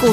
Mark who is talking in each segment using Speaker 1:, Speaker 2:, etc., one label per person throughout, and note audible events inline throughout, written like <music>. Speaker 1: 股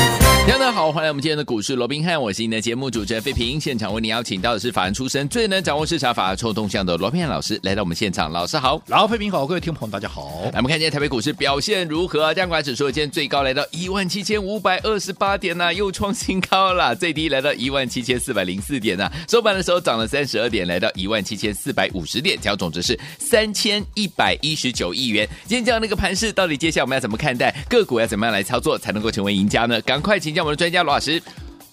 Speaker 2: 大家好，欢迎来我们今天的股市罗宾汉，我是你的节目主持人费平。现场为你邀请到的是法案出身、最能掌握市场法臭动向的罗宾汉老师，来到我们现场。老师好，
Speaker 3: 老费平好，各位听众朋友大家好
Speaker 2: 来。我们看今天台北股市表现如何？加管指数今天最高来到一万七千五百二十八点呐、又创新高了。最低来到一万七千四百零四点呐、收盘的时候涨了三十二点，来到一万七千四百五十点，调总值是三千一百一十九亿元。今天这样的一个盘势，到底接下来我们要怎么看待？个股要怎么样来操作才能够成为赢家呢？赶快请教我们的专家罗老师。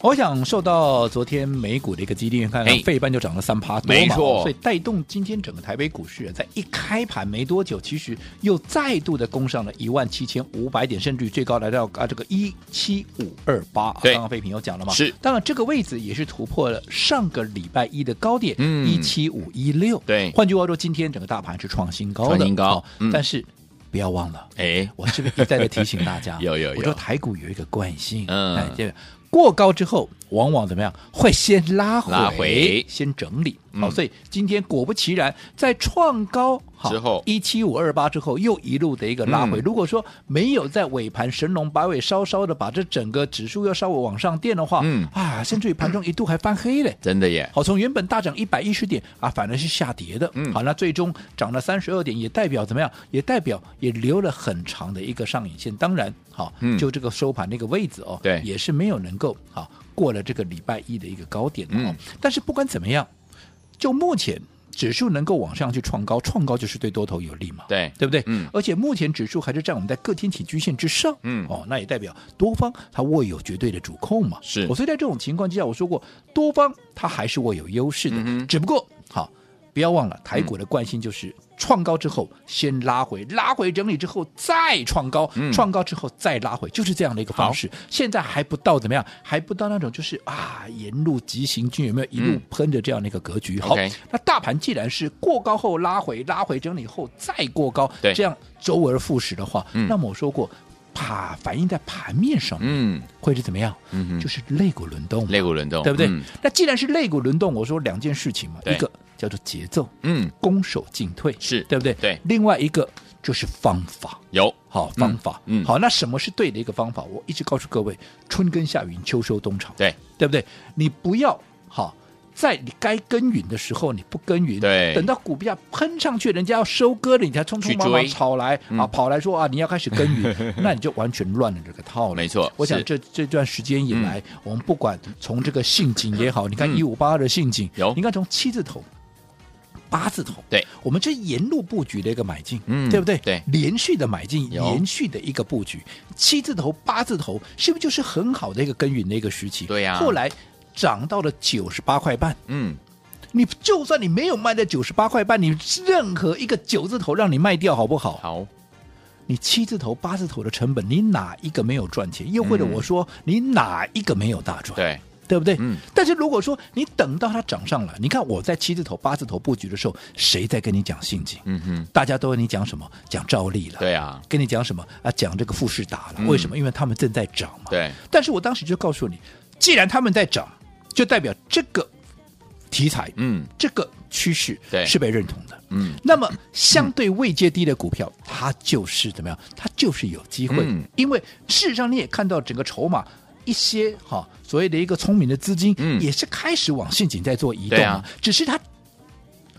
Speaker 3: 我想受到昨天美股的一个激励，看
Speaker 2: 哎
Speaker 3: 看费半就涨了三趴多嘛，
Speaker 2: 没错
Speaker 3: 所以带动今天整个台北股市啊在一开盘没多久，其实又再度的攻上了一万七千五百点，甚至于最高来到啊这个一七五二八。
Speaker 2: 对
Speaker 3: 刚刚费平有讲了嘛，
Speaker 2: 是
Speaker 3: 当然这个位置也是突破了上个礼拜一的高点，
Speaker 2: 嗯
Speaker 3: 一七五一六。
Speaker 2: 对
Speaker 3: 换句话说，今天整个大盘是创新高的，
Speaker 2: 创新高
Speaker 3: 好
Speaker 2: 嗯
Speaker 3: 但是不要忘了。
Speaker 2: 哎，
Speaker 3: 我是不是一再的提醒大
Speaker 2: <laughs> ？
Speaker 3: 家
Speaker 2: 有有有
Speaker 3: 我说台股有一个惯性，
Speaker 2: 嗯
Speaker 3: 哎，这个过高之后，往往怎么样？会先拉回，
Speaker 2: 拉回
Speaker 3: 先整理。
Speaker 2: 嗯
Speaker 3: 好，所以今天果不其然，在创高好
Speaker 2: 之后
Speaker 3: 一七五二八之后，又一路的一个拉回。
Speaker 2: 嗯
Speaker 3: 如果说没有在尾盘神龙摆尾，稍稍的把这整个指数要稍微往上垫的话，
Speaker 2: 嗯
Speaker 3: 啊，甚至于盘中一度还翻黑嘞。
Speaker 2: 真的耶，
Speaker 3: 好，从原本大涨一百一十点啊，反而是下跌的。
Speaker 2: 嗯
Speaker 3: 好，那最终涨了三十二点，也代表怎么样？也代表也留了很长的一个上影线。当然，好，
Speaker 2: 嗯
Speaker 3: 就这个收盘那个位置哦，
Speaker 2: 对
Speaker 3: 也是没有能够好过了这个礼拜一的一个高点哦。
Speaker 2: 嗯
Speaker 3: 但是不管怎么样，就目前指数能够往上去创高，创高就是对多头有利嘛。
Speaker 2: 对
Speaker 3: 对不对？
Speaker 2: 嗯
Speaker 3: 而且目前指数还是占我们在各天体均线之上，
Speaker 2: 嗯
Speaker 3: 哦，那也代表多方它握有绝对的主控嘛。
Speaker 2: 是
Speaker 3: 我所以在这种情况之下，我说过多方它还是握有优势的，
Speaker 2: 嗯哼
Speaker 3: 只不过好。不要忘了，台股的惯性就是创高之后先拉回，拉回整理之后再创高，
Speaker 2: 嗯
Speaker 3: 创高之后再拉回，就是这样的一个方式。现在还不到怎么样，还不到那种就是啊沿路急行军有没有一路
Speaker 2: 嗯
Speaker 3: 喷着这样的一个格局？好
Speaker 2: OK，
Speaker 3: 那大盘既然是过高后拉回，拉回整理后再过高，
Speaker 2: 对
Speaker 3: 这样周而复始的话，
Speaker 2: 嗯
Speaker 3: 那么我说过，怕反映在盘面上、
Speaker 2: 嗯
Speaker 3: 会是怎么样？
Speaker 2: 嗯哼，
Speaker 3: 就是肋骨轮动嘛，
Speaker 2: 肋骨轮动，
Speaker 3: 对不对？
Speaker 2: 嗯
Speaker 3: 那既然是肋骨轮动，我说两件事情嘛，
Speaker 2: 对
Speaker 3: 一个叫做节奏，
Speaker 2: 嗯，
Speaker 3: 攻守进退，
Speaker 2: 是
Speaker 3: 对不对？
Speaker 2: 对
Speaker 3: 另外一个就是方法。
Speaker 2: 有
Speaker 3: 好方法，
Speaker 2: 嗯嗯
Speaker 3: 好，那什么是对的一个方法？我一直告诉各位，春耕夏耘，秋收冬藏，
Speaker 2: 对
Speaker 3: 对不对？你不要好。在你该耕耘的时候，你不耕耘，
Speaker 2: 对
Speaker 3: 等到股价喷上去，人家要收割了，你才匆匆忙
Speaker 2: 去追
Speaker 3: 忙跑来、
Speaker 2: 嗯
Speaker 3: 啊，跑来说啊，你要开始耕
Speaker 2: <laughs>
Speaker 3: 耘，那你就完全乱了这个套了。
Speaker 2: 没错
Speaker 3: 我想
Speaker 2: 是
Speaker 3: 这这段时间以来，我们不管从这个陷阱也好，你看
Speaker 2: 嗯
Speaker 3: 一五八二的陷阱，
Speaker 2: 有
Speaker 3: 你看从七字头、八字头，
Speaker 2: 对，
Speaker 3: 我们这沿路布局的一个买进，
Speaker 2: 嗯
Speaker 3: 对不对？
Speaker 2: 对
Speaker 3: 连续的买进，
Speaker 2: 有
Speaker 3: 连续的一个布局，七字头、八字头，是不是就是很好的一个耕耘的一个时期？
Speaker 2: 对呀
Speaker 3: 后来涨到了九十八块半，
Speaker 2: 嗯
Speaker 3: 你就算你没有卖在九十八块半，你任何一个九字头让你卖掉，好不好？
Speaker 2: 好
Speaker 3: 你七字头、八字头的成本，你哪一个没有赚钱？又或者我说，你哪一个没有大赚？
Speaker 2: 嗯对
Speaker 3: 对不对？
Speaker 2: 嗯
Speaker 3: 但是如果说你等到它涨上来，你看我在七字头、八字头布局的时候，谁在跟你讲陷阱？
Speaker 2: 嗯哼
Speaker 3: 大家都跟你讲什么？讲照例了。
Speaker 2: 对啊
Speaker 3: 跟你讲什么啊？讲这个富士达了，
Speaker 2: 嗯
Speaker 3: 为什么？因为他们正在涨嘛。。
Speaker 2: 对
Speaker 3: 但是我当时就告诉你，既然他们在涨，就代表这个题材、
Speaker 2: 嗯
Speaker 3: 这个趋势
Speaker 2: 对
Speaker 3: 是被认同的。
Speaker 2: 嗯
Speaker 3: 那么相对位阶低的股票，它就是怎么样？它就是有机会，
Speaker 2: 嗯
Speaker 3: 因为事实上你也看到整个筹码。一些哈、所谓的一个聪明的资金，
Speaker 2: 嗯
Speaker 3: 也是开始往陷阱在做移动
Speaker 2: 对
Speaker 3: 嘛，
Speaker 2: 啊
Speaker 3: 只是它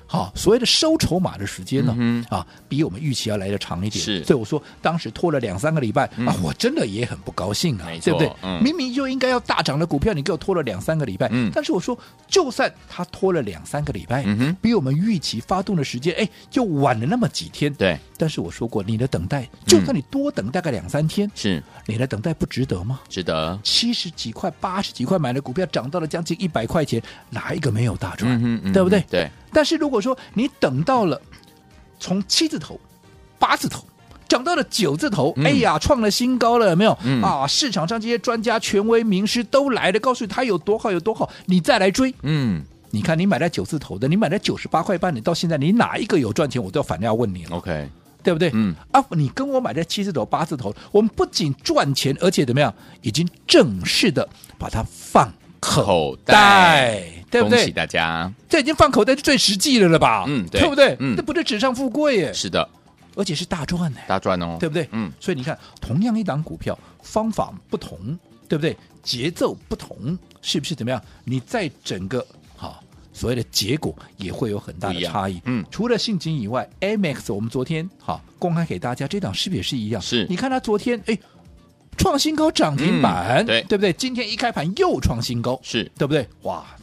Speaker 3: 好、所谓的收筹码的时间呢、
Speaker 2: 嗯
Speaker 3: 啊，比我们预期要来的长一点。
Speaker 2: 是
Speaker 3: 所以我说当时拖了两三个礼拜、
Speaker 2: 嗯
Speaker 3: 啊，我真的也很不高兴啊
Speaker 2: 没，错
Speaker 3: 对不对、
Speaker 2: 嗯
Speaker 3: 明明就应该要大涨的股票，你给我拖了两三个礼拜。
Speaker 2: 嗯
Speaker 3: 但是我说，就算它拖了两三个礼拜，
Speaker 2: 嗯哼
Speaker 3: 比我们预期发动的时间，哎，就晚了那么几天。
Speaker 2: 对
Speaker 3: 但是我说过，你的等待，就算你多等大概两三天，
Speaker 2: 是
Speaker 3: 你的等待不值得吗？
Speaker 2: 值得
Speaker 3: 七十几块、八十几块买的股票，涨到了将近一百块钱，哪一个没有大赚？
Speaker 2: 嗯哼嗯哼
Speaker 3: 对不对？
Speaker 2: 对
Speaker 3: 但是如果说你等到了从七字头、八字头。涨到了九字头，
Speaker 2: 嗯
Speaker 3: 哎呀，创了新高了，有没有？
Speaker 2: 嗯
Speaker 3: 啊，市场上这些专家、权威、名师都来了，告诉你它有多好，有多好，你再来追，
Speaker 2: 嗯
Speaker 3: 你看，你买在九字头的，你买在九十八块半，你到现在你哪一个有赚钱？我都要反正要问你了，
Speaker 2: OK
Speaker 3: 对不对？
Speaker 2: 嗯
Speaker 3: 啊，你跟我买在七字头、八字头，我们不仅赚钱，而且怎么样，已经正式的把它放口
Speaker 2: 口袋
Speaker 3: 哦对不
Speaker 2: 恭喜
Speaker 3: 对？
Speaker 2: 大家，
Speaker 3: 这已经放口袋是最实际的了吧？
Speaker 2: 嗯对
Speaker 3: 对不对？
Speaker 2: 嗯
Speaker 3: 这不是纸上富贵耶，
Speaker 2: 是的，
Speaker 3: 而且是大赚呢。
Speaker 2: 大赚哦，
Speaker 3: 对不对？
Speaker 2: 嗯，
Speaker 3: 所以你看，同样一档股票，方法不同，对不对？节奏不同，是不是怎么样？你在整个哈、所谓的结果也会有很大
Speaker 2: 不
Speaker 3: 的
Speaker 2: 一样
Speaker 3: 差异。
Speaker 2: 嗯
Speaker 3: 除了信金以外，Amex 我们昨天哈、公开给大家，这档是不是也是一样？
Speaker 2: 是
Speaker 3: 你看它昨天哎创新高涨停
Speaker 2: 嗯
Speaker 3: 板，
Speaker 2: 对
Speaker 3: 不对？今天一开盘又创新高，
Speaker 2: 是，
Speaker 3: 对不对？哇，啊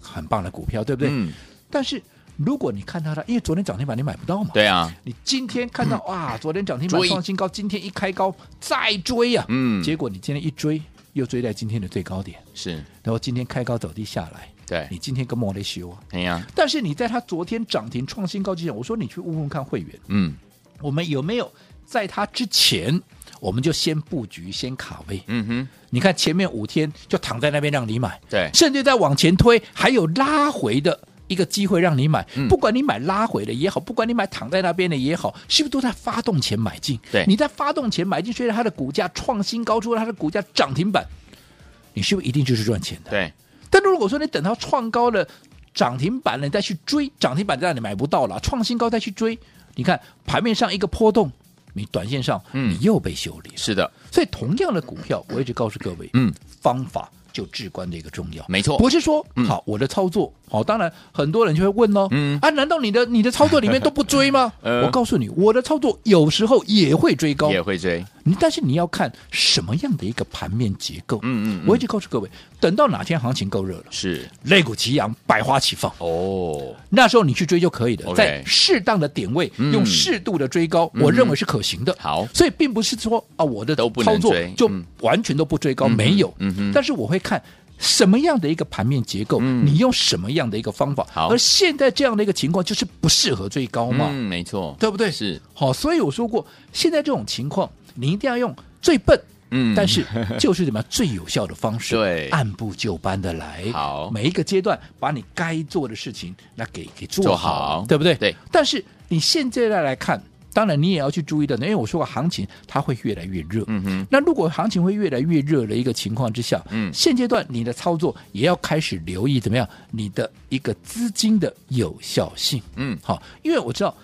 Speaker 3: 很棒的股票，对不对？
Speaker 2: 嗯，
Speaker 3: 但是如果你看它的，因为昨天涨停板你买不到嘛，
Speaker 2: 对啊，
Speaker 3: 你今天看到哇，昨天涨停板
Speaker 2: 追
Speaker 3: 创新高，今天一开高再追呀、
Speaker 2: 嗯
Speaker 3: 结果你今天一追，又追在今天的最高点，
Speaker 2: 是
Speaker 3: 然后今天开高走低下来，
Speaker 2: 对
Speaker 3: 你，今天跟莫雷修啊。
Speaker 2: 哎呀，
Speaker 3: 但是你在它昨天涨停创新高之前，我说你去问问看会员，
Speaker 2: 嗯
Speaker 3: 我们有没有在它之前，我们就先布局、先卡位。
Speaker 2: 嗯哼，
Speaker 3: 你看前面五天就躺在那边让你买，
Speaker 2: 对，
Speaker 3: 甚至在往前推，还有拉回的一个机会让你买。
Speaker 2: 嗯
Speaker 3: 不管你买拉回的也好，不管你买躺在那边的也好，是不是都在发动前买进？
Speaker 2: 对
Speaker 3: 你在发动前买进，随着它的股价创新高之后，它的股价涨停板，你是不是一定就是赚钱的？
Speaker 2: 对，
Speaker 3: 但如果说你等到创高了涨停板了，你再去追涨停板，让你买不到了，创新高再去追，你看盘面上一个波动，你短线上
Speaker 2: 嗯
Speaker 3: 你又被修理了。
Speaker 2: 是的，
Speaker 3: 所以同样的股票，我一直告诉各位，
Speaker 2: 嗯，
Speaker 3: 方法就至关的一个重要。
Speaker 2: 没错，
Speaker 3: 不是说
Speaker 2: 嗯
Speaker 3: 好我的操作好，当然很多人就会问哦，
Speaker 2: 嗯
Speaker 3: 啊，难道你的你的操作里面都不追吗？
Speaker 2: <laughs> 呃
Speaker 3: 我告诉你，我的操作有时候也会追高，
Speaker 2: 也会追，
Speaker 3: 你但是你要看什么样的一个盘面结构。
Speaker 2: 嗯嗯嗯
Speaker 3: 我一直告诉各位，等到哪天行情够热了，
Speaker 2: 是
Speaker 3: 肋骨齐扬，百花齐放。
Speaker 2: 哦，
Speaker 3: 那时候你去追就可以了，
Speaker 2: OK
Speaker 3: 在适当的点位
Speaker 2: 嗯
Speaker 3: 用适度的追高，我认为是可行的。
Speaker 2: 好
Speaker 3: 所以并不是说啊我的
Speaker 2: 都不能
Speaker 3: 操作
Speaker 2: 追
Speaker 3: 就
Speaker 2: 嗯
Speaker 3: 完全都不追高，
Speaker 2: 嗯哼
Speaker 3: 没有
Speaker 2: 嗯哼。
Speaker 3: 但是我会看。什么样的一个盘面结构，
Speaker 2: 嗯
Speaker 3: 你用什么样的一个方法？
Speaker 2: 好
Speaker 3: 而现在这样的一个情况就是不适合追高嘛，
Speaker 2: 嗯，没错，
Speaker 3: 对不对？
Speaker 2: 是，
Speaker 3: 好，所以我说过，现在这种情况，你一定要用最笨，
Speaker 2: 嗯
Speaker 3: 但是就是怎么样最有效的方式，
Speaker 2: 对
Speaker 3: 按部就班的来，
Speaker 2: 好
Speaker 3: 每一个阶段把你该做的事情那给给做
Speaker 2: 做
Speaker 3: 好，
Speaker 2: 好
Speaker 3: 对不对？
Speaker 2: 对。
Speaker 3: 但是你现在再来看，当然你也要去注意的，因为我说过，行情它会越来越热，
Speaker 2: 嗯哼，
Speaker 3: 那如果行情会越来越热的一个情况之下，
Speaker 2: 嗯
Speaker 3: 现阶段你的操作也要开始留意怎么样你的一个资金的有效性，
Speaker 2: 嗯
Speaker 3: 好，因为我知道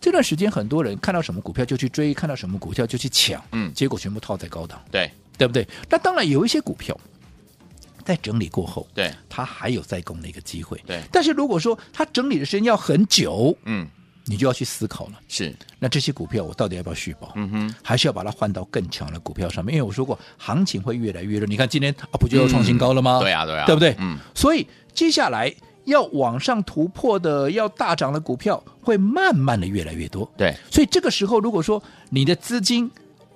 Speaker 3: 这段时间很多人看到什么股票就去追，看到什么股票就去抢，
Speaker 2: 嗯
Speaker 3: 结果全部套在高档，
Speaker 2: 对
Speaker 3: 对不对？那当然有一些股票在整理过后，
Speaker 2: 对，
Speaker 3: 它还有再攻的一个机会，
Speaker 2: 对
Speaker 3: 但是如果说它整理的时间要很久，
Speaker 2: 嗯，
Speaker 3: 你就要去思考了，
Speaker 2: 是，
Speaker 3: 那这些股票我到底要不要续保？
Speaker 2: 嗯哼，
Speaker 3: 还是要把它换到更强的股票上面，因为我说过，行情会越来越热。你看今天啊，不就又创新高了吗？
Speaker 2: 嗯对啊对啊
Speaker 3: 对不对？
Speaker 2: 嗯，
Speaker 3: 所以接下来要往上突破的、要大涨的股票，会慢慢的越来越多。
Speaker 2: 对，
Speaker 3: 所以这个时候，如果说你的资金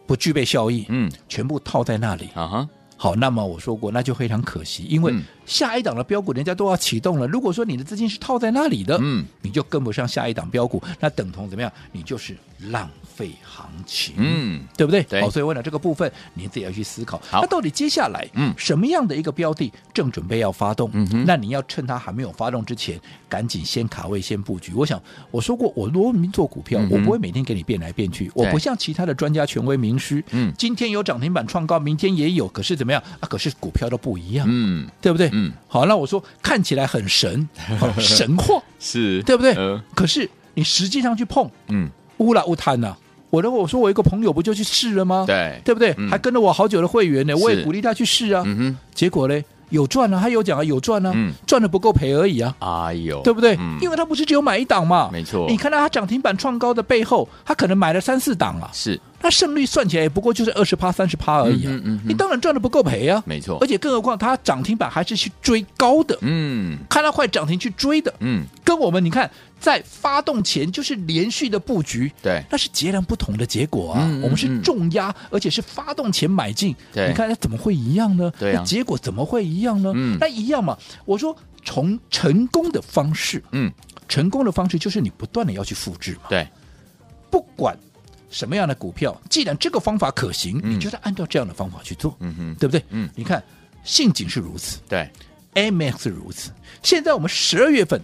Speaker 3: 不具备效益，
Speaker 2: 嗯，
Speaker 3: 全部套在那里，
Speaker 2: 啊哈，
Speaker 3: 好，那么我说过，那就非常可惜，因为
Speaker 2: 嗯
Speaker 3: 下一档的标股人家都要启动了。如果说你的资金是套在那里的，
Speaker 2: 嗯，
Speaker 3: 你就跟不上下一档标股，那等同怎么样？你就是浪费行情，
Speaker 2: 嗯，
Speaker 3: 对不对？
Speaker 2: 对
Speaker 3: 好，所以我讲这个部分，你自己要去思考。
Speaker 2: 好
Speaker 3: 那到底接下来，
Speaker 2: 嗯
Speaker 3: 什么样的一个标的正准备要发动？
Speaker 2: 嗯哼
Speaker 3: 那你要趁它还没有发动之前，赶紧先卡位，先布局。我想我说过，我罗明做股票，
Speaker 2: 嗯哼
Speaker 3: 我不会每天给你变来变去，我不像其他的专家、权威、名师，
Speaker 2: 嗯
Speaker 3: 今天有涨停板创高，明天也有，可是怎么样啊？可是股票都不一样，
Speaker 2: 嗯，
Speaker 3: 对不对？
Speaker 2: 嗯，
Speaker 3: 好，那我说看起来
Speaker 2: <laughs>
Speaker 3: 很神，好神话，
Speaker 2: 是，
Speaker 3: 对不对？
Speaker 2: 呃
Speaker 3: 可是你实际上去碰，
Speaker 2: 嗯，
Speaker 3: 乌啦乌贪呐、我如果我说我一个朋友不就去试了吗？
Speaker 2: 对，
Speaker 3: 啊对不对？
Speaker 2: 嗯
Speaker 3: 还跟了我好久的会员呢，
Speaker 2: 是
Speaker 3: 我也鼓励他去试啊。
Speaker 2: 嗯
Speaker 3: 结果嘞，有赚啊，他有讲啊，有赚啊，
Speaker 2: 嗯
Speaker 3: 赚的不够赔而已啊，
Speaker 2: 哼，哎呦，
Speaker 3: 对不对？
Speaker 2: 嗯
Speaker 3: 因为他不是只有买一档嘛，
Speaker 2: 没错
Speaker 3: 你看到他涨停板创高的背后，他可能买了三四档啊，
Speaker 2: 是，
Speaker 3: 那胜率算起来也不过就是二十趴、三十趴而已
Speaker 2: 嗯
Speaker 3: 啊。
Speaker 2: 哼嗯哼
Speaker 3: 你当然赚的不够赔啊，
Speaker 2: 没错
Speaker 3: 而，且更何况他涨停板还是去追高的，
Speaker 2: 嗯
Speaker 3: 看他快涨停去追的，
Speaker 2: 嗯，
Speaker 3: 跟我们你看在发动前就是连续的布局，
Speaker 2: 对，
Speaker 3: 那是截然不同的结果啊！
Speaker 2: 嗯嗯
Speaker 3: 我们是重压，而且是发动前买进，
Speaker 2: 对
Speaker 3: 你看它怎么会一样呢？
Speaker 2: 对啊
Speaker 3: 那结果怎么会一样呢？
Speaker 2: 嗯
Speaker 3: 那一样嘛。我说从成功的方式，
Speaker 2: 嗯，
Speaker 3: 成功的方式就是你不断的要去复制嘛，
Speaker 2: 对，
Speaker 3: 不管。什么样的股票，既然这个方法可行，
Speaker 2: 嗯
Speaker 3: 你就是按照这样的方法去做，
Speaker 2: 嗯哼，
Speaker 3: 对不对？
Speaker 2: 嗯
Speaker 3: 你看信景是如此
Speaker 2: 对，
Speaker 3: ，Amex 是如此，现在我们十二月份。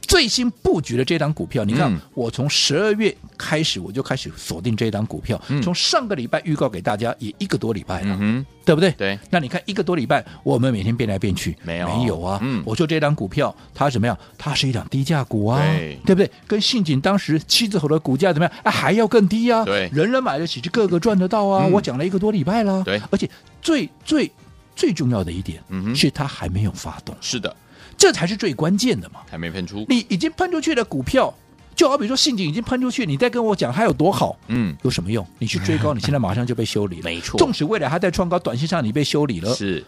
Speaker 3: 最新布局的这档股票，你看
Speaker 2: 嗯
Speaker 3: 我从十二月开始我就开始锁定这档股票
Speaker 2: 嗯，
Speaker 3: 从上个礼拜预告给大家也一个多礼拜了
Speaker 2: 嗯。哼，
Speaker 3: 对不对？
Speaker 2: 对。
Speaker 3: 那你看一个多礼拜，我们每天变来变去，
Speaker 2: 没有
Speaker 3: 没有啊。
Speaker 2: 嗯
Speaker 3: 我说这档股票它怎么样？它是一档低价股啊，
Speaker 2: 对
Speaker 3: 不对？跟信锦当时七字头的股价怎么样？啊，还要更低啊。
Speaker 2: 对
Speaker 3: 人人买得起，这个个赚得到啊。
Speaker 2: 嗯
Speaker 3: 我讲了一个多礼拜啦。
Speaker 2: 对
Speaker 3: 而且最最最重要的一点，
Speaker 2: 嗯哼
Speaker 3: 是它还没有发动，
Speaker 2: 是的，
Speaker 3: 这才是最关键的嘛。
Speaker 2: 还没喷出，
Speaker 3: 你已经喷出去的股票，就好比说信锦已经喷出去，你再跟我讲它有多好，
Speaker 2: 嗯，
Speaker 3: 有什么用？你去追高，你现在马上就被修理了。
Speaker 2: 没错
Speaker 3: 纵使未来它在创高，短线上你被修理了，
Speaker 2: 是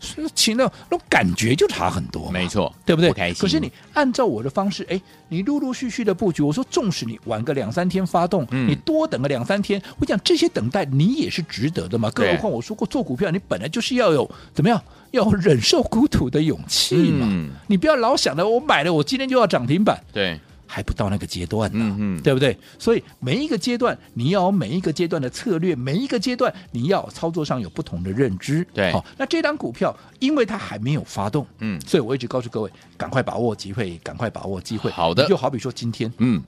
Speaker 3: 是其那那种感觉就差很多嘛，
Speaker 2: 没错，
Speaker 3: 对不对？
Speaker 2: 不开心
Speaker 3: 可是你按照我的方式，哎，你陆陆续续的布局，我说纵使你晚个两三天发动，
Speaker 2: 嗯
Speaker 3: 你多等个两三天，我讲这些等待你也是值得的嘛。更
Speaker 2: 对
Speaker 3: 何况我说过，做股票你本来就是要有怎么样，要有忍受苦土的勇气嘛。
Speaker 2: 嗯
Speaker 3: 你不要老想着我买了，我今天就要涨停板，
Speaker 2: 对，
Speaker 3: 还不到那个阶段呢、
Speaker 2: 嗯嗯，
Speaker 3: 对不对？所以每一个阶段你要有每一个阶段的策略，每一个阶段你要操作上有不同的认知。
Speaker 2: 对
Speaker 3: 好、那这张股票因为它还没有发动，
Speaker 2: 嗯
Speaker 3: 所以我一直告诉各位，赶快把握机会，赶快把握机会。
Speaker 2: 好的
Speaker 3: 就好比说今天，
Speaker 2: 嗯，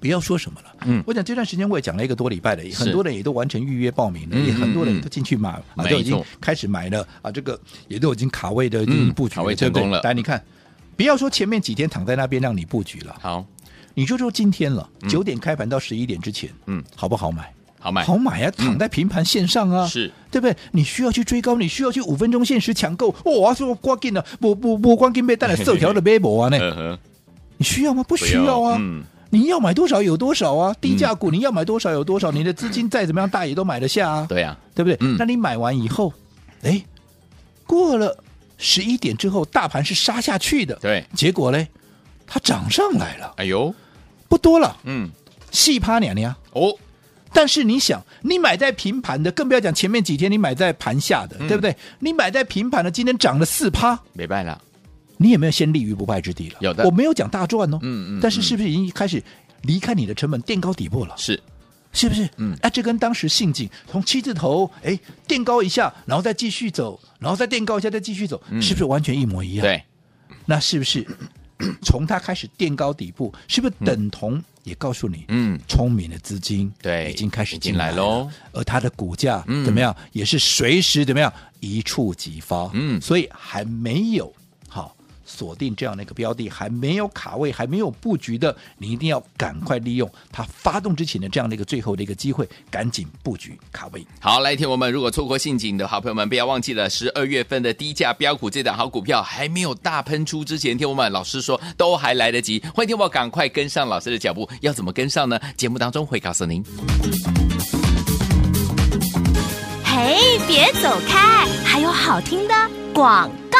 Speaker 3: 不要说什么了。
Speaker 2: 嗯
Speaker 3: 我讲这段时间我也讲了一个多礼拜了，
Speaker 2: 是
Speaker 3: 很多人也都完成预约报名了，
Speaker 2: 嗯
Speaker 3: 也很多
Speaker 2: 嗯
Speaker 3: 人
Speaker 2: 嗯
Speaker 3: 都进去买，
Speaker 2: 没
Speaker 3: 啊，都已经
Speaker 2: 错
Speaker 3: 开始买了啊，这个也都已经卡位的，已经
Speaker 2: 嗯
Speaker 3: 布局
Speaker 2: 卡
Speaker 3: 了、
Speaker 2: 位
Speaker 3: 对不对
Speaker 2: 成功了
Speaker 3: 来，你看，不要说前面几天躺在那边让你布局了。
Speaker 2: 好，
Speaker 3: 你就说今天了，九点开盘到十一点之前，
Speaker 2: 嗯，
Speaker 3: 好不好买？
Speaker 2: 好买，嗯
Speaker 3: 好买啊，躺在平盘线上啊，
Speaker 2: 是
Speaker 3: 对不对？你需要去追高，你需要去五分钟限时抢购。哦，我要说关键了，不不不，关键被带来色条的微博
Speaker 2: <laughs>
Speaker 3: 啊，那
Speaker 2: 呵呵，
Speaker 3: 你需要吗？不
Speaker 2: 呃嗯不
Speaker 3: 需要啊。
Speaker 2: 嗯，
Speaker 3: 你要买多少有多少啊，低价股你要买多少
Speaker 2: <laughs>
Speaker 3: 有多少，你的资金再怎么样大也都买得下啊，
Speaker 2: 对呀，
Speaker 3: 对不对？
Speaker 2: 嗯
Speaker 3: 那你买完以后，哎，过了十一点之后，大盘是杀下去的，
Speaker 2: 对，
Speaker 3: 结果嘞，它涨上来了，
Speaker 2: 哎呦，
Speaker 3: 不多了，
Speaker 2: 嗯，
Speaker 3: 细趴娘娘。
Speaker 2: 哦，
Speaker 3: 但是你想，你买在平盘的，更不要讲前面几天你买在盘下的，
Speaker 2: 嗯
Speaker 3: 对不对？你买在平盘的，今天涨了四趴，
Speaker 2: 没办了，
Speaker 3: 你有没有先立于不败之地了？
Speaker 2: 有的
Speaker 3: 我没有讲大赚哦，
Speaker 2: 嗯嗯
Speaker 3: 但是
Speaker 2: 嗯
Speaker 3: 是不是已经开始离开你的成本，垫高底部了？
Speaker 2: 是
Speaker 3: 是不是？
Speaker 2: 嗯
Speaker 3: 啊，这跟当时信景从七字头，哎，垫高一下，然后再继续走，然后再垫高一下，再继续走，
Speaker 2: 嗯
Speaker 3: 是不是完全一模一样？，
Speaker 2: 对，
Speaker 3: 那是不
Speaker 2: <coughs>
Speaker 3: 是从它开始垫高底部，是不是等同也告诉你，
Speaker 2: 嗯，
Speaker 3: 聪明的资金
Speaker 2: 对
Speaker 3: 已经开始
Speaker 2: 已经
Speaker 3: 进来
Speaker 2: 来喽
Speaker 3: 了，而它的股价
Speaker 2: 嗯
Speaker 3: 怎么样，也是随时怎么样一触即发，
Speaker 2: 嗯
Speaker 3: 所以还没有好锁定这样的一个标的，还没有卡位，还没有布局的，你一定要赶快利用它发动之前的这样的一个最后的一个机会，赶紧布局卡位。
Speaker 2: 好，来，听我们如果错过陷阱的好朋友们，不要忘记了，十二月份的低价标股这档好股票还没有大喷出之前，听我们老师说都还来得及，欢迎听我赶快跟上老师的脚步，要怎么跟上呢？节目当中会告诉您。
Speaker 1: 嘿，别走开，还有好听的广告。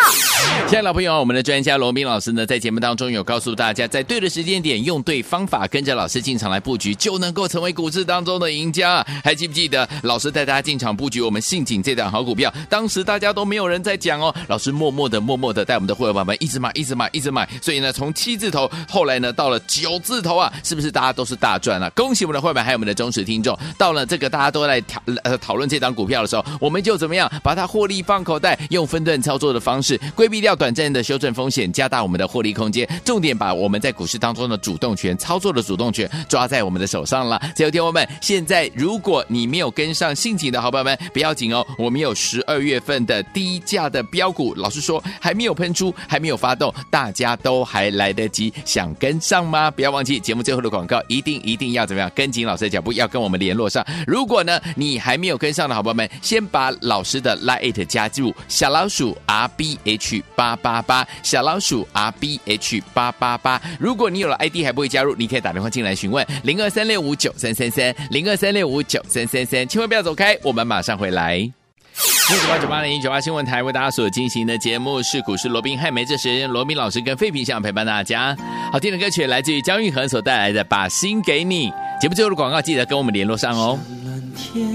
Speaker 2: 亲爱的老朋友，我们的专家罗斌老师呢，在节目当中有告诉大家，在对的时间点，用对方法，跟着老师进场来布局，就能够成为股市当中的赢家。还记不记得老师带大家进场布局我们信锦这档好股票？当时大家都没有人在讲哦，老师默默的、默默的带我们的会员宝宝们一直买、一直买、一直买，所以呢，从七字头，后来呢，到了九字头啊，是不是大家都是大赚了、恭喜我们的会员，还有我们的忠实听众。到了这个大家都在讨呃讨论这档股票的时候，我们就怎么样把它获利放口袋，用分段操作的方式，规避掉短暂的修正风险，加大我们的获利空间。重点把我们在股市当中的主动权、操作的主动权抓在我们的手上了。所以，听友们，现在如果你没有跟上信锦的好朋友们，不要紧哦，我们有十二月份的低价的标股，老实说还没有喷出，还没有发动，大家都还来得及，想跟上吗？不要忘记节目最后的广告，一定一定要怎么样跟紧老师的脚步，要跟我们联络上。如果呢你还没有跟上的好朋友们，先把老师的 Lite 加入小老鼠 R B H 八八八，小老鼠 R B H 八八八。如果你有了 ID 还不会加入，你可以打电话进来询问零二三六五九三三三零二三六五九三三三，千万不要走开，我们马上回来。六九八九八零一九八新闻台为大家所进行的节目是股市罗宾汉梅，这时间罗宾老师跟费平想陪伴大家。好听的歌曲来自于姜育恒所带来的《把心给你》。节目最后的广告记得跟我们联络上哦。
Speaker 4: 蓝天，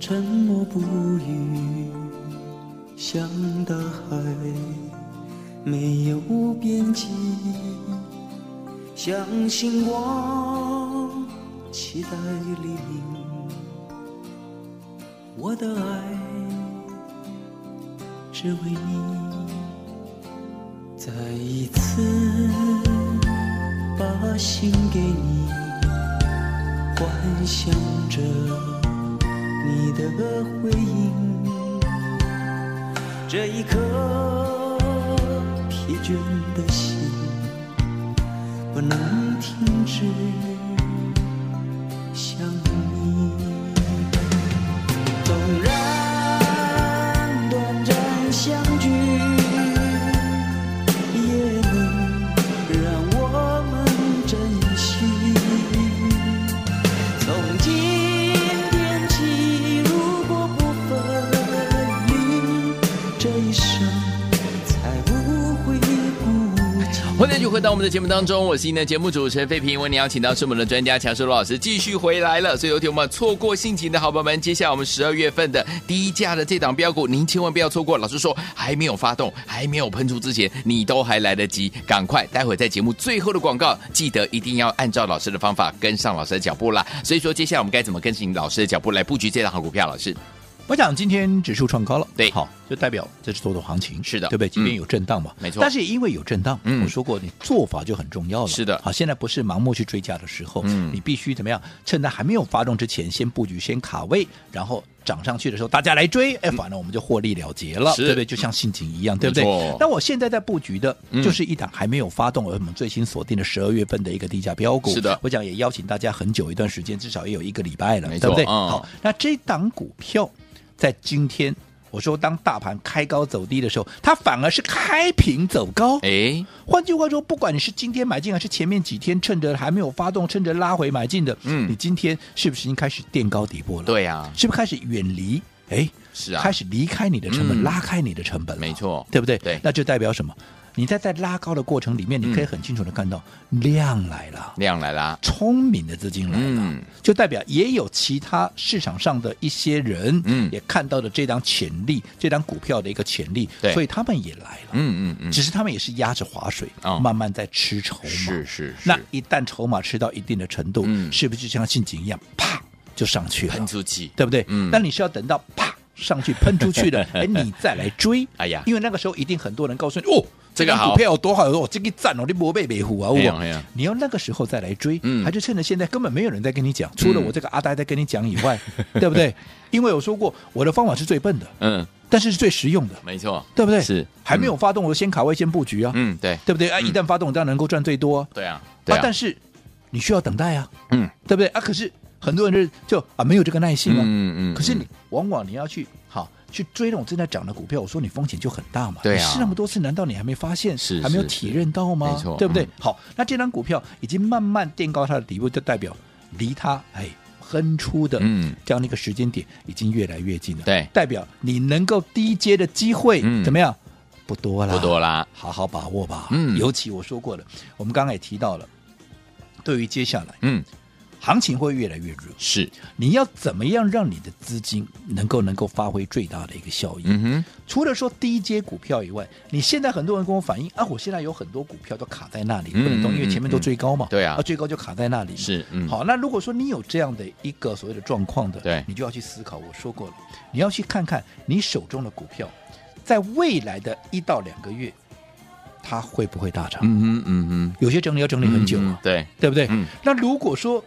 Speaker 4: 沉默不语，像大海，没有边际，像星光，期待黎明。我的爱，只为你。再一次把心给你，幻想着你的回应。这一刻，疲倦的心不能停止想你。纵然短暂相聚，也能让我们珍惜。从今天起，如果不分离，这一生才不会孤寂。
Speaker 2: 欢迎继续回到我们的节目当中，我是您的节目主持人费平。为您邀请到是我们的专家强叔罗老师继续回来了。所以有听我们错过性情的好朋友们，接下来我们十二月份的第一价的这档标股，您千万不要错过。老师说还没有发动，还没有喷出之前，你都还来得及，赶快！待会在节目最后的广告，记得一定要按照老师的方法跟上老师的脚步啦。所以说，接下来我们该怎么跟进老师的脚步来布局这档好股票？老师，
Speaker 3: 我想今天指数创高了，
Speaker 2: 对
Speaker 3: 好，就代表这是多头行情，
Speaker 2: 是的
Speaker 3: 对不对？即便
Speaker 2: 嗯
Speaker 3: 有震荡嘛，
Speaker 2: 没错
Speaker 3: 但是也因为有震荡，
Speaker 2: 嗯
Speaker 3: 我说过，你做法就很重要了，
Speaker 2: 是的
Speaker 3: 好，现在不是盲目去追加的时候，
Speaker 2: 嗯
Speaker 3: 你必须怎么样？趁它还没有发动之前，先布局，先卡位，然后涨上去的时候，大家来追，哎，反正我们就获利了结了，
Speaker 2: 嗯是
Speaker 3: 对不对？就像性情一样，对不对
Speaker 2: 没错？
Speaker 3: 那我现在在布局的
Speaker 2: 嗯
Speaker 3: 就是一档还没有发动，而我们最新锁定的十二月份的一个低价标股，
Speaker 2: 是的
Speaker 3: 我讲也邀请大家很久一段时间，至少也有一个礼拜了，
Speaker 2: 没
Speaker 3: 对不对？
Speaker 2: 错嗯
Speaker 3: 好。那这档股票在今天，我说当大盘开高走低的时候，它反而是开平走高。
Speaker 2: 哎，
Speaker 3: 换句话说，不管你是今天买进还是前面几天趁着还没有发动、趁着拉回买进的，
Speaker 2: 嗯
Speaker 3: 你今天是不是已经开始垫高底部了？，
Speaker 2: 对啊，
Speaker 3: 是不是开始远离？哎，
Speaker 2: 是啊
Speaker 3: 开，始离开你的成本，
Speaker 2: 嗯
Speaker 3: 拉开你的成本了，
Speaker 2: 没错
Speaker 3: 对不对？
Speaker 2: 对
Speaker 3: 那就代表什么？你在在拉高的过程里面，你可以
Speaker 2: 嗯
Speaker 3: 很清楚的看到量来了，
Speaker 2: 量来啦，
Speaker 3: 聪明的资金来了。
Speaker 2: 嗯，
Speaker 3: 就代表也有其他市场上的一些人，
Speaker 2: 嗯
Speaker 3: 也看到了这档潜力，这档股票的一个潜力
Speaker 2: 对，
Speaker 3: 所以他们也来了。
Speaker 2: 嗯嗯嗯，
Speaker 3: 只是他们也是压着划水，
Speaker 2: 哦
Speaker 3: 慢慢在吃筹码。
Speaker 2: 是是是
Speaker 3: 那一旦筹码吃到一定的程度，
Speaker 2: 嗯
Speaker 3: 是不是就像陷阱一样，啪就上去了
Speaker 2: 喷？出去，
Speaker 3: 对不对？
Speaker 2: 嗯
Speaker 3: 那你是要等到啪上去喷出
Speaker 2: <laughs>
Speaker 3: 去的，哎，你再来追。
Speaker 2: 哎呀
Speaker 3: 因为那个时候一定很多人告诉你，哦，
Speaker 2: 这
Speaker 3: 这
Speaker 2: 个
Speaker 3: 个
Speaker 2: 好
Speaker 3: 股票有多好，哦，这个赞哦，你不被美虎啊，
Speaker 2: 哎呀哎
Speaker 3: 我
Speaker 2: 呀。
Speaker 3: 你要那个时候再来追，
Speaker 2: 嗯
Speaker 3: 还是趁着现在根本没有人在跟你讲，除了
Speaker 2: 嗯
Speaker 3: 我这个阿呆在跟你讲以
Speaker 2: <laughs>
Speaker 3: 外，对不对？因为我说过，我的方法是最笨的，
Speaker 2: 嗯，
Speaker 3: 但是是最实用的，
Speaker 2: 没错，
Speaker 3: 对不对？
Speaker 2: 是
Speaker 3: 还没有发动，我就先卡位，先布局啊，
Speaker 2: 嗯，对，
Speaker 3: 对不对？啊，
Speaker 2: 嗯
Speaker 3: 一旦发动，我当然能够赚最多啊。
Speaker 2: 对啊，对
Speaker 3: 啊
Speaker 2: 啊，，
Speaker 3: 但
Speaker 2: 是
Speaker 3: 是你需要等待啊，
Speaker 2: 嗯，
Speaker 3: 对不对啊？可是很多人就就啊没有这个耐心啊，
Speaker 2: 嗯嗯，
Speaker 3: 可是你
Speaker 2: 嗯
Speaker 3: 往往你要去好去追那种正在涨的股票，我说你风险就很大嘛。
Speaker 2: 对啊
Speaker 3: 你试那么多次，难道你还没发现？
Speaker 2: 是
Speaker 3: 还没有
Speaker 2: 是
Speaker 3: 体
Speaker 2: 是
Speaker 3: 认到吗？
Speaker 2: 没错
Speaker 3: 对不对？
Speaker 2: 嗯
Speaker 3: 好，那这张股票已经慢慢垫高它的底部，就代表离它哎喷出的
Speaker 2: 嗯
Speaker 3: 这样的一个时间点已经越来越近了。
Speaker 2: 对
Speaker 3: 代表你能够低接的机会、
Speaker 2: 嗯
Speaker 3: 怎么样？不多了，
Speaker 2: 不多啦，
Speaker 3: 好好把握吧。
Speaker 2: 嗯
Speaker 3: 尤其我说过了，我们刚刚也提到了，对于接下来
Speaker 2: 嗯，
Speaker 3: 行情会越来越热，
Speaker 2: 是，
Speaker 3: 你要怎么样让你的资金能够能够发挥最大的一个效益？
Speaker 2: 嗯哼，
Speaker 3: 除了说低阶股票以外，你现在很多人跟我反映啊，我现在有很多股票都卡在那里，
Speaker 2: 嗯
Speaker 3: 不能动，
Speaker 2: 嗯
Speaker 3: 因为前面都
Speaker 2: 嗯
Speaker 3: 追高嘛。
Speaker 2: 对啊
Speaker 3: 追高就卡在那里嘛。
Speaker 2: 是，嗯，，
Speaker 3: 好，那如果说你有这样的一个所谓的状况的，
Speaker 2: 对
Speaker 3: 你就要去思考。我说过了，你要去看看你手中的股票，在未来的一到两个月，它会不会大涨？
Speaker 2: 嗯哼嗯哼，
Speaker 3: 有些整理要整理很久
Speaker 2: 嗯
Speaker 3: 啊，
Speaker 2: 对，
Speaker 3: 对不对？
Speaker 2: 嗯
Speaker 3: 那如果说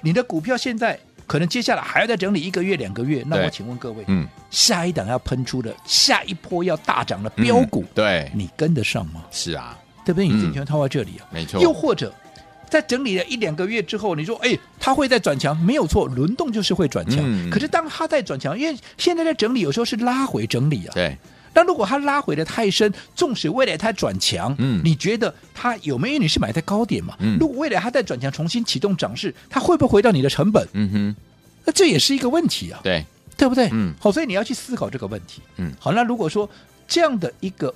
Speaker 3: 你的股票现在可能接下来还要再整理一个月、两个月，那
Speaker 2: 对
Speaker 3: 我请问各位，
Speaker 2: 嗯，
Speaker 3: 下一档要喷出的、下一波要大涨的标股，
Speaker 2: 嗯对，
Speaker 3: 你跟得上吗？
Speaker 2: 是啊，
Speaker 3: 对不对？你
Speaker 2: 嗯
Speaker 3: 自己全套在这里啊。
Speaker 2: 没错，
Speaker 3: 又或者在整理了一两个月之后，你说，哎，它会再转强，没有错，轮动就是会转强。
Speaker 2: 嗯
Speaker 3: 可是当它在转强，因为现在在整理，有时候是拉回整理啊。
Speaker 2: 对，
Speaker 3: 那如果它拉回的太深，纵使未来它转强，
Speaker 2: 嗯
Speaker 3: 你觉得它有没有？因为你是买在高点嘛，
Speaker 2: 嗯
Speaker 3: 如果未来它再转强，重新启动涨势，它会不会回到你的成本？
Speaker 2: 嗯哼，
Speaker 3: 那这也是一个问题啊，
Speaker 2: 对，
Speaker 3: 对不对？
Speaker 2: 嗯
Speaker 3: 好，所以你要去思考这个问题。
Speaker 2: 嗯
Speaker 3: 好，那如果说这样的一个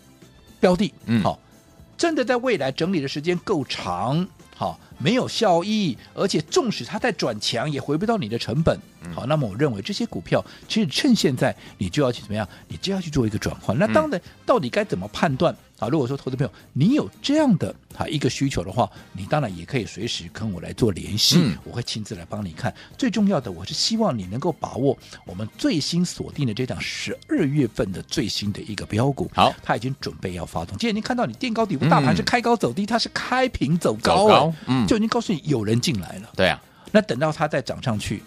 Speaker 3: 标的，
Speaker 2: 嗯
Speaker 3: 好，真的在未来整理的时间够长，好，没有效益，而且纵使它再转强，也回不到你的成本。
Speaker 2: 嗯
Speaker 3: 好，那么我认为这些股票，其实趁现在你就要去怎么样？你就要去做一个转换。
Speaker 2: 嗯
Speaker 3: 那当然，到底该怎么判断啊？如果说投资朋友你有这样的啊一个需求的话，你当然也可以随时跟我来做联系，
Speaker 2: 嗯
Speaker 3: 我会亲自来帮你看。最重要的，我是希望你能够把握我们最新锁定的这档十二月份的最新的一个标股。
Speaker 2: 好
Speaker 3: 它已经准备要发动。既然已经看到你垫高底部，大盘
Speaker 2: 嗯
Speaker 3: 是开高走低，它是开平走
Speaker 2: 走
Speaker 3: 高
Speaker 2: 高
Speaker 3: 啊
Speaker 2: 嗯
Speaker 3: 就已经告诉你有人进来了。
Speaker 2: 对啊，
Speaker 3: 那等到它再涨上去，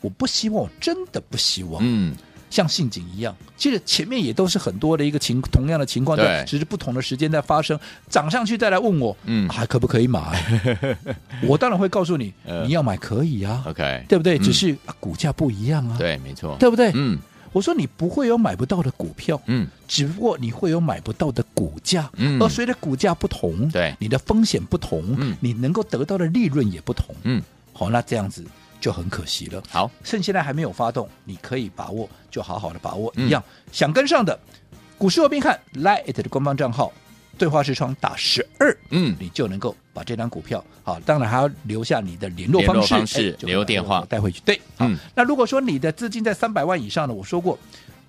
Speaker 3: 我不希望，我真的不希望，
Speaker 2: 嗯，
Speaker 3: 像信锦一样，其实前面也都是很多的一个情同样的情况在，
Speaker 2: 对
Speaker 3: 只是不同的时间在发生，涨上去再来问我，
Speaker 2: 嗯
Speaker 3: 还、可不可以买？
Speaker 2: <laughs>
Speaker 3: 我当然会告诉你，
Speaker 2: 呃
Speaker 3: 你要买可以啊，
Speaker 2: OK，
Speaker 3: 对不对？
Speaker 2: 嗯
Speaker 3: 只是、啊股价不一样啊，
Speaker 2: 对，没错，
Speaker 3: 对不对？
Speaker 2: 嗯
Speaker 3: 我说你不会有买不到的股票，
Speaker 2: 嗯，
Speaker 3: 只不过你会有买不到的股价，
Speaker 2: 嗯
Speaker 3: 而随着股价不同，
Speaker 2: 对
Speaker 3: 你的风险不同，
Speaker 2: 嗯
Speaker 3: 你能够得到的利润也不同，
Speaker 2: 嗯，
Speaker 3: 好、那这样子就很可惜了。
Speaker 2: 好，
Speaker 3: 趁现在还没有发动，你可以把握，就好好的把握。
Speaker 2: 嗯
Speaker 3: 一样想跟上的，股市罗宾汉 Lite 的官方账号，对话视窗打十二，
Speaker 2: 嗯，
Speaker 3: 你就能够把这张股票，好，当然还要留下你的联络
Speaker 2: 联
Speaker 3: 方
Speaker 2: 络
Speaker 3: 式，
Speaker 2: 方式
Speaker 3: 哎就
Speaker 2: 留电话
Speaker 3: 带回去。对，好
Speaker 2: 嗯，
Speaker 3: 那如果说你的资金在三百万以上的，我说过。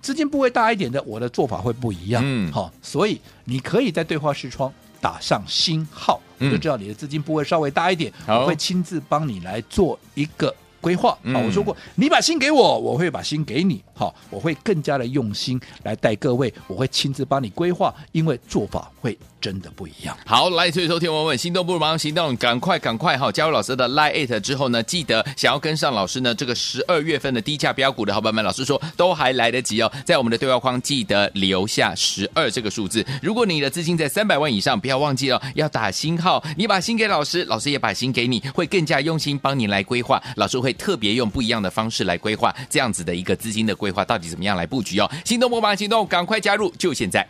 Speaker 3: 资金部位大一点的，我的做法会不一样。
Speaker 2: 嗯
Speaker 3: 好，所以你可以在对话视窗打上星号，
Speaker 2: 嗯
Speaker 3: 我就知道你的资金部位稍微大一点，
Speaker 2: 好
Speaker 3: 我会亲自帮你来做一个规划。
Speaker 2: 嗯
Speaker 3: 好，我说过，你把心给我，我会把心给你。好，我会更加的用心来带各位，我会亲自帮你规划，因为做法会真的不一样。
Speaker 2: 好，来，所以收听我们心动不如马上行动，赶快赶快哈！加入老师的 Line at 之后呢，记得想要跟上老师呢这个十二月份的低价标股的好朋友们，老师说都还来得及哦，在我们的对话框记得留下十二这个数字。如果你的资金在三百万以上，不要忘记了要打星号，你把星给老师，老师也把星给你，会更加用心帮你来规划。老师会特别用不一样的方式来规划这样子的一个资金的规划，到底怎么样来布局哦？心动不如马上行动，赶快加入，就现在。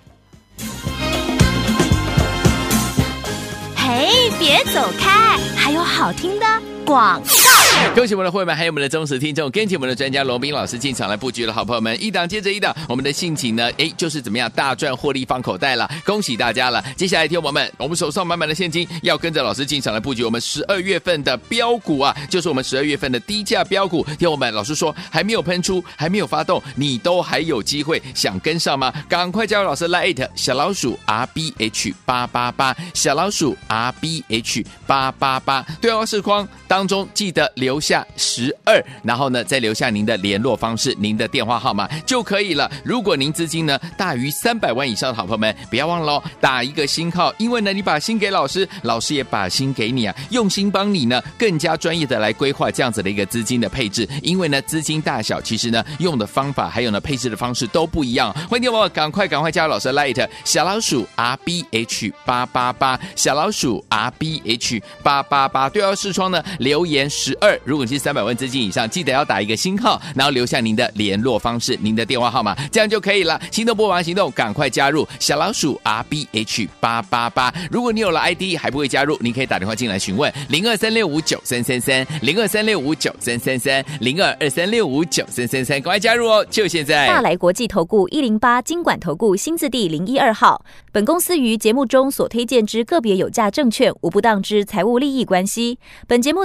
Speaker 1: 嘿，别走开，还有好听的广。
Speaker 2: 恭喜我们的会员，还有我们的忠实听众，跟紧我们的专家罗斌老师进场来布局了，好朋友们，一档接着一档，我们的性情呢，哎，就是怎么样大赚获利放口袋了，恭喜大家了！接下来，听我们，我们手上满满的现金，要跟着老师进场来布局我们十二月份的标股啊，就是我们十二月份的低价标股。听我们，老师说还没有喷出，还没有发动，你都还有机会，想跟上吗？赶快加入老师 Lite 小老鼠 R B H 八八八，小老鼠 R B H 八八八，对话视框当中记得留下十二，然后呢再留下您的联络方式、您的电话号码就可以了。如果您资金呢大于三百万以上的好朋友们，不要忘了哦打一个星号，因为呢你把心给老师，老师也把心给你啊，用心帮你呢更加专业的来规划这样子的一个资金的配置，因为呢资金大小其实呢用的方法还有呢配置的方式都不一样。欢迎听众朋友们赶快赶快加入老师的 Light 小老鼠 R B H 八八八小老鼠 R B H 八八八对话视窗呢留言十二，如果你是三百万资金以上，记得要打一个星号，然后留下您的联络方式、您的电话号码，这样就可以了。心动不忙行动，赶快加入小老鼠 R B H 八八八。如果你有了 ID 还不会加入，你可以打电话进来询问零二三六五九三三三零二三六五九三三三零二二三六五九三三三，赶快加入哦，就现在。
Speaker 5: 大来国际投顾一零八金管投顾新字第零一二号。本公司于节目中所推荐之个别有价证券，无不当之财务利益关系。本节目